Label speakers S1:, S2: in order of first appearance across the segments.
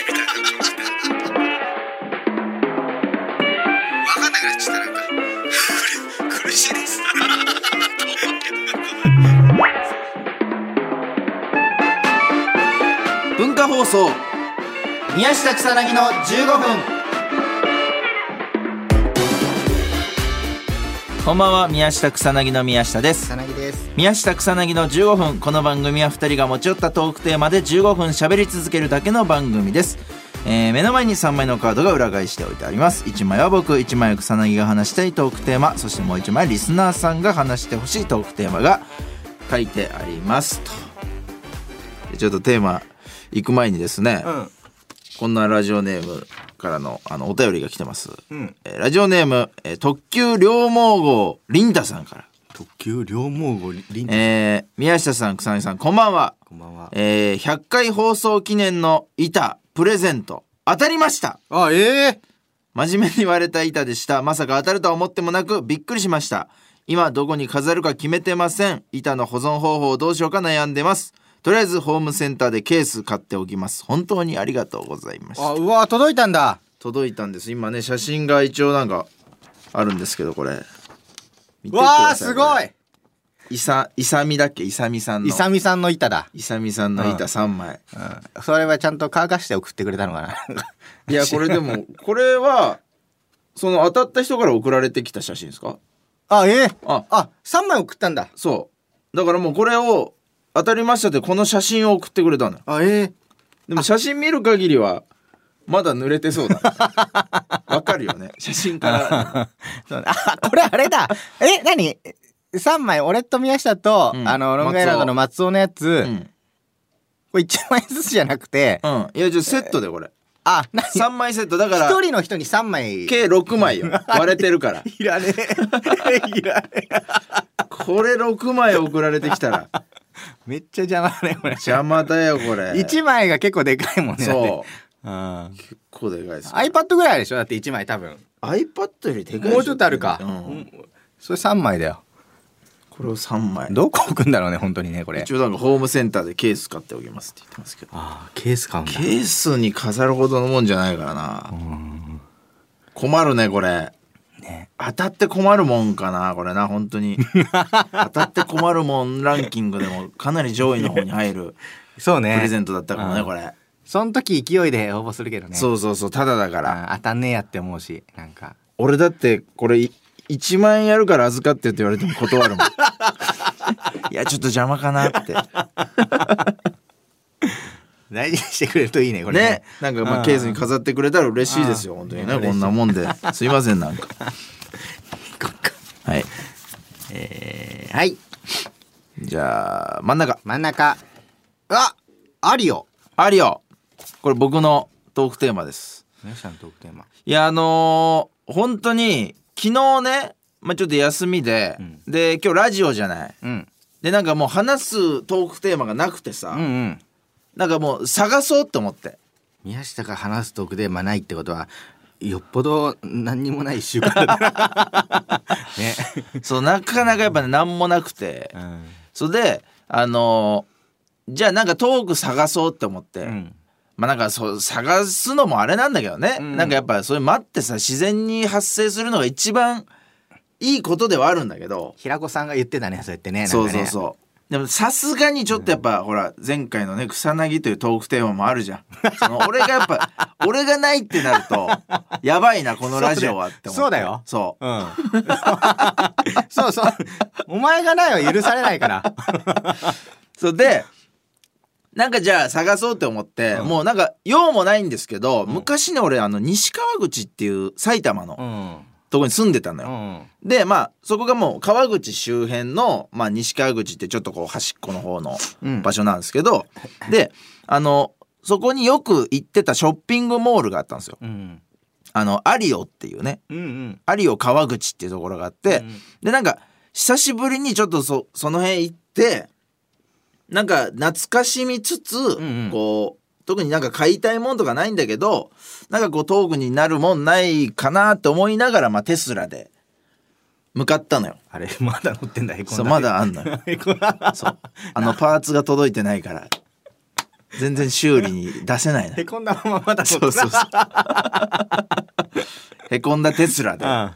S1: しです
S2: 文化放送宮下草薙の15分こんばんは宮下草薙の宮下です
S3: 草薙です
S2: 宮下草薙の15分この番組は2人が持ち寄ったトークテーマで15分喋り続けるだけの番組です、えー目の前に3枚のカードが裏返しておいてあります1枚は僕1枚は草薙が話したいトークテーマそしてもう1枚はリスナーさんが話してほしいトークテーマが書いてありますとでちょっとテーマ行く前にですね、
S3: うん
S2: こんなラジオネームからのあのお便りが来てます、
S3: うん
S2: えーラジオネーム、えー特急両毛号リンダさんから
S3: 特急両毛号りん
S2: えー宮下さん草薙さんこんばんは、
S3: こんばんは
S2: えー100回放送記念の板プレゼント当たりました
S3: あええ
S2: 真面目に割れた板でしたまさか当たるとは思ってもなくびっくりしました今どこに飾るか決めてません板の保存方法をどうしようか悩んでますとりあえずホームセンターでケース買っておきます本当にありがとうございました
S3: あうわ届いたん だ
S2: 届いたんです今ね写真が一応なんかあるんですけどこれ見てく
S3: わあ
S2: ださ
S3: すごい
S2: これいさいさみだっけいさみさんの
S3: いさみさんの板だ、
S2: いさみさんの板3枚、
S3: うん、それはちゃんと乾かして送ってくれたのかない
S2: やこれでもこれはその当たった人から送られてきた写真ですか
S3: あええ
S2: あ
S3: あ三3枚送ったんだ
S2: そうだからもうこれを当たりましたってこの写真を送ってくれたのよ
S3: あええ
S2: でも写真見る限りはまだ濡れ てそうだねわかるよね写真から
S3: そうあ これあれだえ何3枚俺と宮下と、
S2: うん
S3: あのロングアイランドの松尾のやつ、
S2: うん、
S3: これ1枚ずつじゃなくて、
S2: うん、いやじゃあセットでこれ
S3: あな
S2: 3枚セットだから
S3: 1人の人に3枚
S2: 計6 枚よ割れてるから
S3: いらねえいらね え
S2: これ6枚送られてき たら
S3: めっちゃ邪魔だねこれ
S2: 邪魔だよこれ
S3: 1枚が結構でかいもんね
S2: そう
S3: う、うん、
S2: 結構でかいです
S3: iPad ぐらいでしょだって1枚多分
S2: iPad よりでかいでし
S3: もうちょっとあるか、
S2: うん
S3: それ3枚だよ
S2: これを3枚
S3: どこ置くんだろうね本当にねこれ
S2: 一応なんかホームセンターでケース買っておきますって言ってますけど
S3: あーケース買うんだ
S2: ケースに飾るほどのもんじゃないからな困るねこれ
S3: ね
S2: 当たって困るもんかなこれな本 当に当たって困るもんランキングでもかなり上位の方に入る
S3: そう
S2: プ
S3: ね
S2: レゼントだったからねこれ
S3: その時勢いで応募するけどね
S2: そうそうそうただだから
S3: あー当たんねえやって思うしなんか
S2: 俺だってこれい1万円やるから預かってって言われても 断るもんいやちょっと邪魔かなって
S3: 大事にしてくれるといいねこれ
S2: ねなんかま
S3: う
S2: あ
S3: ん
S2: ケースに飾ってくれたら嬉しいですよ本当にねこんなもん ですいませんなんか
S3: こっか
S2: はい
S3: えー、はい
S2: じゃあ真ん中
S3: 真ん中あアリオ
S2: アリオこれ僕のトークテーマです
S3: 皆さんのトークテーマ
S2: いやあのー本当に昨日ねまあちょっと休みで、
S3: ん
S2: で今日ラジオじゃない
S3: うん
S2: でなんかもう話すトークテーマがなくてさ、
S3: うんうん
S2: なんかもう探そうって思って
S3: 宮下が話すトークでまあないってことはよっぽど何にもない一週間だった ね、
S2: そうなかなかやっぱね何もなくて、
S3: うん
S2: それであのーじゃあなんかトーク探そうって思って、
S3: うん、
S2: まあなんかそう探すのもあれなんだけどね、
S3: うん
S2: なんかやっぱそれ待ってさ自然に発生するのが一番いいことではあるんだけど、
S3: 平子さんが言ってたねそうやってねなんか
S2: そう
S3: ね
S2: そうそうでもさすがにちょっとやっぱ、ほら前回のね草薙というトークテーマもあるじゃんその俺がやっぱ俺がないってなるとやばいなこのラジオはって思って
S3: そうだよ
S2: そう
S3: うん そうそうお前がないは許されないから
S2: そうでなんかじゃあ探そうって思って、
S3: うん
S2: もうなんか用もないんですけど、昔ね俺あの西川口っていう埼玉の
S3: ん
S2: とこに住んでたの
S3: う
S2: よ、
S3: ん
S2: でまあそこがもう川口周辺の、まあ、西川口ってちょっとこう端っこの方の
S3: うん
S2: 場所なんです けど、であのそこによく行ってたショッピングモールがあったんですよ。
S3: うん
S2: あのアリオっていうね
S3: うんうん
S2: アリオ川口っていうところがあって、
S3: うん
S2: でなんか久しぶりにちょっとそその辺行ってなんか懐かしみつつ、
S3: んうん
S2: こう特になんか買いたいもんとかないんだけどなんかこうトークになるもんないかなって思いながら、まあ、テスラで向かったのよ。
S3: あれまだ乗ってんだへこんだ
S2: そうまだあんのよ
S3: へこんだ
S2: そうあのパーツが届いてないから全然修理に出せないな
S3: へこんだまままだ乗って
S2: そうそうそうへこんだテスラで
S3: た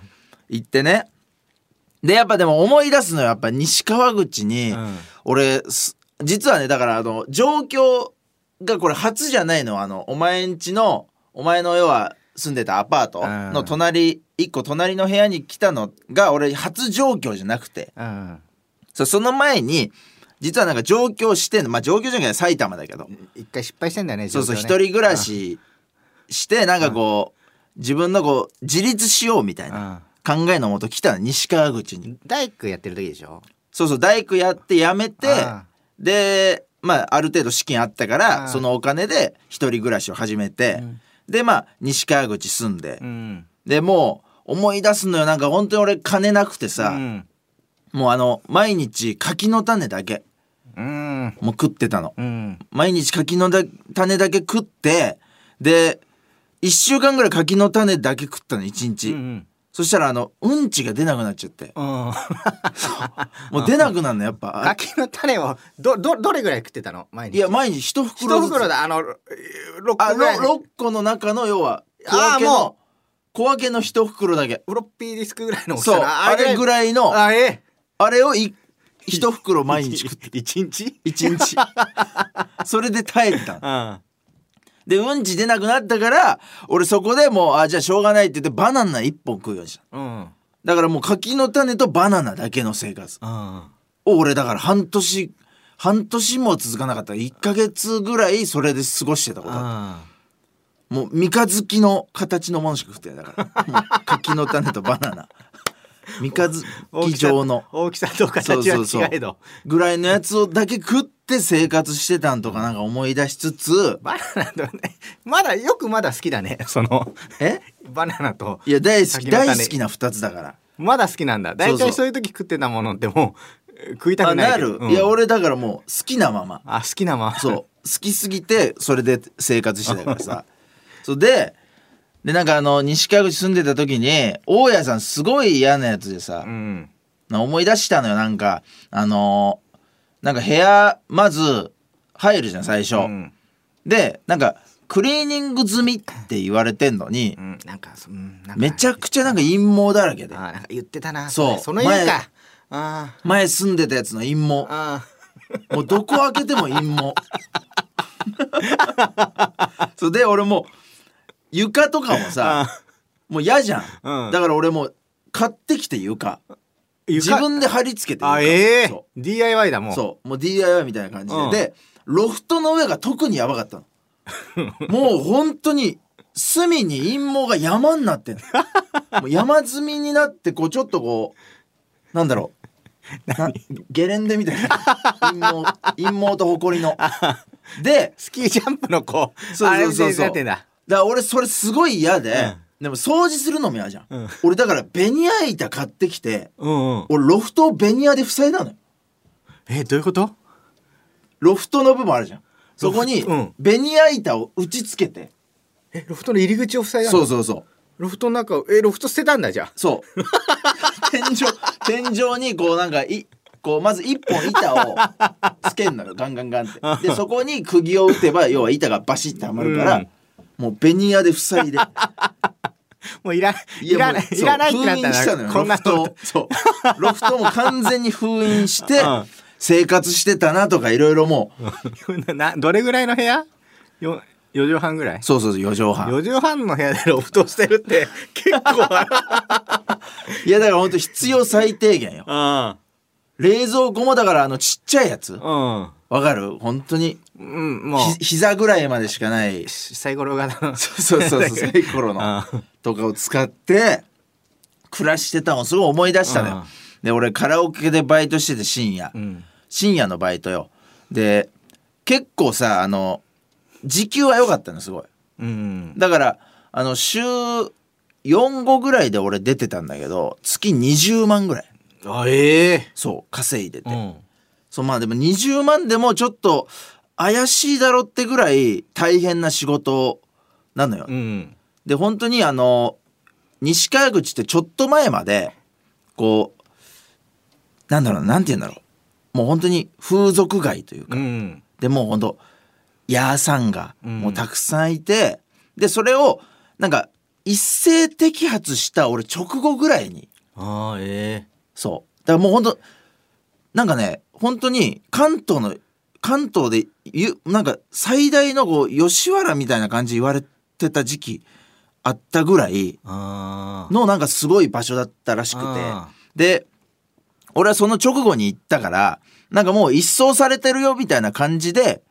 S2: 行ってねでやっぱでも思い出すのはやっぱ西川口に、俺す実はねだからあの状況がこれ初じゃないのあのお前んちのお前の要は住んでたアパートの隣一個隣の部屋に来たのが俺初上京じゃなくて
S3: うん
S2: そうその前に実はなんか上京してんのまあ上京じゃない埼玉だけど
S3: 一回失敗してんだよね
S2: そうそう
S3: 状
S2: 一
S3: 況ね
S2: 人暮らししてなんかこう自分のこう自立しようみたいな
S3: うん
S2: 考えのもと来たの西川口に
S3: 大工やってる時でしょ
S2: そうそう大工やって辞めて
S3: あ
S2: でまあある程度資金あったから
S3: ああ
S2: そのお金で一人暮らしを始めて、
S3: うん
S2: でまあ西川口住んで、
S3: うん
S2: でもう思い出すのよなんか本当に俺金なくてさ、
S3: うん
S2: もうあの毎日柿の種だけ
S3: うん
S2: もう食ってたの
S3: うん
S2: 毎日柿のだ種だけ食ってで1週間ぐらい柿の種だけ食ったの1日、
S3: うん
S2: そしたらあのうんちが出なくなっちゃって
S3: うん
S2: もう出なくなるのやっぱ
S3: 柿の種をどどどれぐらい食ってたの毎日
S2: いや毎日1
S3: 一
S2: 袋ずつ
S3: 袋だあの6
S2: あ
S3: 個ぐらい
S2: ろ6個の中の要は小分け
S3: あー
S2: の
S3: も
S2: 小分けの1袋だけ
S3: フロッピーディスクぐらいの大きさ
S2: そう
S3: な
S2: あれぐ
S3: い
S2: らいの
S3: あえ
S2: あれをい1袋毎日 食って
S3: て一日
S2: 1日それで耐えてたの
S3: うん
S2: でうんち出なくなったから俺そこでもうあじゃあしょうがないって言ってバナナ1本食うようにした
S3: うん
S2: だからもう柿の種とバナナだけの生活
S3: うん
S2: を俺だから半年半年も続かなかった1ヶ月ぐらいそれで過ごしてたことあったもう三日月の形のものしか食ってないだからもう柿の種とバナ ナ三日月状の
S3: 大きさと形は違えど
S2: ぐらいのやつをだけ食って生活してたんとかなんか思い出しつつ
S3: バナナとねまだよくまだ好きだ ねその
S2: え
S3: バナナと
S2: いや大好き
S3: 柿の種
S2: 大好きな2つだから
S3: まだ好きなんだ
S2: そ
S3: 大
S2: うそう
S3: 体そういう時食ってたものってもう食いた
S2: あ
S3: くない
S2: な
S3: けど
S2: る、
S3: うん
S2: いや俺だからもう好きなまま
S3: あ好きなまま
S2: そう好きすぎてそれで生活してたから さそうででなんかあの西川口住んでた時に大家さんすごい嫌なやつで さ、
S3: うん
S2: な思い出したのよなんかあのーなんか部屋まず入るじゃん最初、
S3: うん
S2: でなんかクリーニング済みって言われてんのに、
S3: うんなんかそうんなんか
S2: めちゃくちゃなんか陰謀だらけで
S3: あなんか言ってたな
S2: そう
S3: その言うかあ
S2: 前住んでたやつの陰謀
S3: ーあー
S2: もうどこ開けても陰 謀そうで俺もう床とかもさ
S3: あ
S2: もう嫌じゃん、
S3: うん
S2: だから俺もう買ってきて床
S3: ー
S2: 自
S3: 床
S2: 分で貼り付けて
S3: あ
S2: 床
S3: ええ
S2: そう
S3: DIY だもん
S2: そうもう DIY みたいな感じで、
S3: うん
S2: でロフトの上が特にやばか ったのもう本当に隅に陰謀が山になってん のもう山積みになってこうちょっとこうなんだろ うなゲレンデみたいな陰謀 陰謀と埃ので
S3: スキージャンプの子
S2: そうそうそうそう
S3: あれみたいになってんだ
S2: だから俺それすごい嫌で、でも掃除するのも嫌じゃん、
S3: うん
S2: 俺だからベニヤ板買ってきて
S3: うんうん
S2: 俺ロフトをベニヤで塞いだのよ
S3: えどういうこと
S2: ロフトの部分あるじゃんそこに
S3: うん
S2: ベニヤ板を打ち付けて、
S3: えロフトの入り口を塞いだの
S2: そうそうそう
S3: ロフトの中をえロフト捨てたんだじゃあ
S2: そう天井天井にこうなんかいこうまず一本板をつけんのよガンガンガンってでそこに釘を打てば要は板がバシッてはまるから、
S3: うん
S2: もうベニヤで塞いで
S3: もういら い
S2: や
S3: ら
S2: も
S3: な
S2: う
S3: い
S2: そう
S3: いらないってな
S2: 封印
S3: っ
S2: したた
S3: ら
S2: のよ
S3: こんな
S2: ロフト
S3: の
S2: をそうロフトも完全に封印して
S3: うん
S2: 生活してたなとかいろいろも う
S3: などれぐらいの部屋よ4畳半ぐらい
S2: そうそうそう4畳半
S3: 4畳半の部屋でロフトを捨てるって結構あ
S2: いやだから本当必要最低限よ冷蔵庫もだからあのちっちゃいやつ
S3: るうん
S2: わかる本当に
S3: うんもう
S2: ひ膝ぐらいまでしかない
S3: サイコロ型の
S2: そうそう そうサイコロの
S3: うん
S2: とかを使って暮らしてたのをすごい思い出したの
S3: う
S2: よ
S3: ん
S2: で俺カラオケでバイトしてて深夜
S3: うん
S2: 深夜のバイトよで結構さあの時給は良かったのすごい
S3: うん
S2: だからあの週4後ぐらいで俺出てたんだけど月20万ぐらい
S3: あええ
S2: そう稼いでて、
S3: うん
S2: そうまあでも20万でもちょっと怪しいだろってぐらい大変な仕事なのよ、
S3: うん
S2: で本当にあの西川口ってちょっと前までこうなんだろうななんて言うんだろうもう本当に風俗街というか、
S3: うん
S2: でもう本当ヤーさんが
S3: うん
S2: もうたくさんいて、でそれをなんか一斉摘発した俺直後ぐらいに
S3: ああええ
S2: そうだからもう本当なんかね本当に関東の関東でゆなんか最大のこう吉原みたいな感じ言われてた時期あったぐらい
S3: あ
S2: のなんかすごい場所だったらしくて
S3: あ
S2: で俺はその直後に行ったからなんかもう一掃されてるよみたいな感じで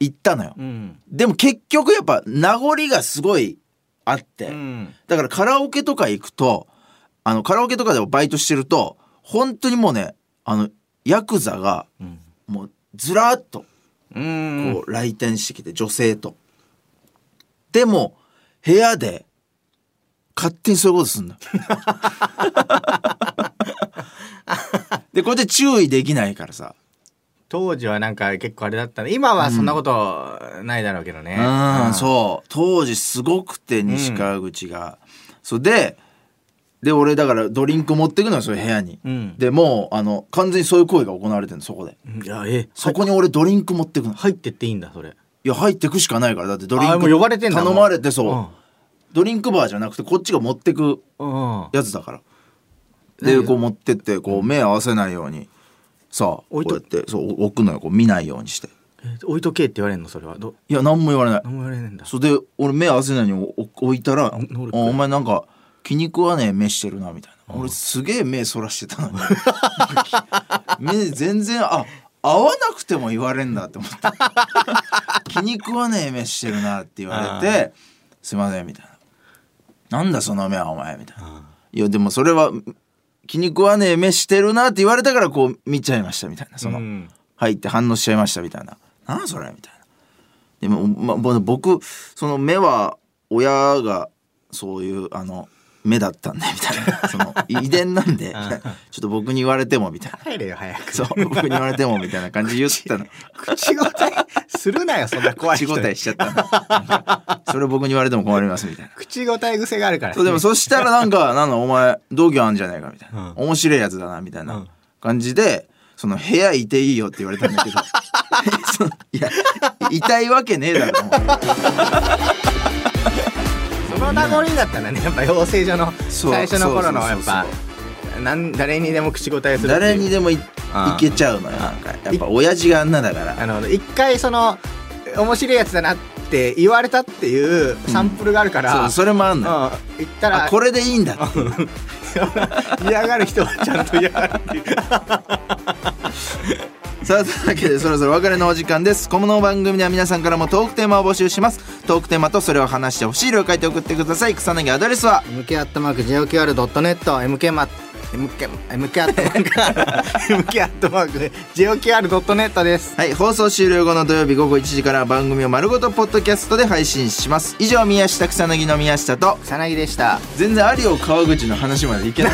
S2: 行ったのよ、
S3: うん
S2: でも結局やっぱ名残がすごいあって、
S3: うん
S2: だからカラオケとか行くとあのカラオケとかでもバイトしてると本当にもうねあのヤクザが
S3: うん
S2: もうずらーっと
S3: うん
S2: こう来店してきて、女性とでも部屋で勝手にそういうことすん だでこれで注意できないからさ
S3: 当時はなんか結構あれだったね今はそんなことないだろうけどね、
S2: うん、
S3: う
S2: そう当時すごくて西川口が、そうでで俺だからドリンク持ってくのよそういう部屋に、
S3: うん
S2: でもうあの完全にそういう行為が行われてるのそこで
S3: いやえ
S2: そこに俺ドリンク持ってくの
S3: 入ってっていいんだそれ
S2: いや入ってくしかないからだってドリン
S3: あ
S2: ク
S3: もう呼ばれてんだ
S2: 頼まれてそう、
S3: うん
S2: ドリンクバーじゃなくてこっちが持ってく
S3: うん
S2: やつだからでこう持ってってこう目合わせないようにさこ
S3: 置いうと
S2: やってそう置くのよこう見ないようにして
S3: え置いとけって言われんのそれはど
S2: いや何も言われない
S3: 何も言われねえんだ
S2: それで俺目合わせないようにお置いたら「あ
S3: ん俺
S2: お前なんか気に食わねえ目してるな」みたいな俺すげえ目そらしてたのに 目全然あ合わなくても言われんだって思った 気に食わねえ目してるなって言われて「すいません」みたいな「なんだその目はお前」みたいな「いやでもそれは気に食わねえ目してるな」って言われたからこう見ちゃいましたみたいなその。
S3: うん
S2: 入って反応しちゃいましたみたいな「なんそれ」みたいな。でも、ま、ぼ僕その目は親がそういうあの目だったんでみたい なその遺伝なんでちょっと僕に言われてもみたいな。
S3: 入れよ早く
S2: そう僕に言われてもみたいな感じで言ってたの
S3: 口答えするなよそんな 怖い
S2: 口
S3: 人
S2: 答えしちゃったのなんかそれ僕に言われても困りますみたいな
S3: 口答え癖があるから
S2: そうでもそしたらなんか「なんだお前同業あんじゃないか」みたいな、
S3: う
S2: 面白いやつだなみたい
S3: うん
S2: な感じでその部屋いていいよって言われたんだけどそのいやいたいわけねえだろ
S3: その名残だったらねやっぱ養成所の
S2: そう
S3: 最初の頃の
S2: そう
S3: や
S2: そう
S3: っ
S2: そう
S3: ぱなん誰にでも口答えするっていう
S2: 誰にでもいい
S3: ああ
S2: けちゃうのよなんかやっぱ親父があんなだから
S3: あの一回その面白いやつだなって言われたっていうサンプルがあるから、
S2: そうそれもあんのよ
S3: うん言った
S2: あ
S3: ら
S2: これでいいんだっていう
S3: 嫌がる人はちゃんと嫌がるっていう
S2: さあというわけでそろそろお別れのお時間ですこの番組では皆さんからもトークテーマを募集しますトークテーマとそれを話してほしい量を書いて送ってください草薙アドレスは
S3: MK アットマーク JOQR.net MK マ MK, MK アットマーク MK アットマーク JOQR.net です
S2: はい放送終了後の土曜日午後1時から番組を丸ごとポッドキャストで配信します以上宮下草薙の宮下と
S3: 草薙でした
S2: 全然有オ川口の話までいけない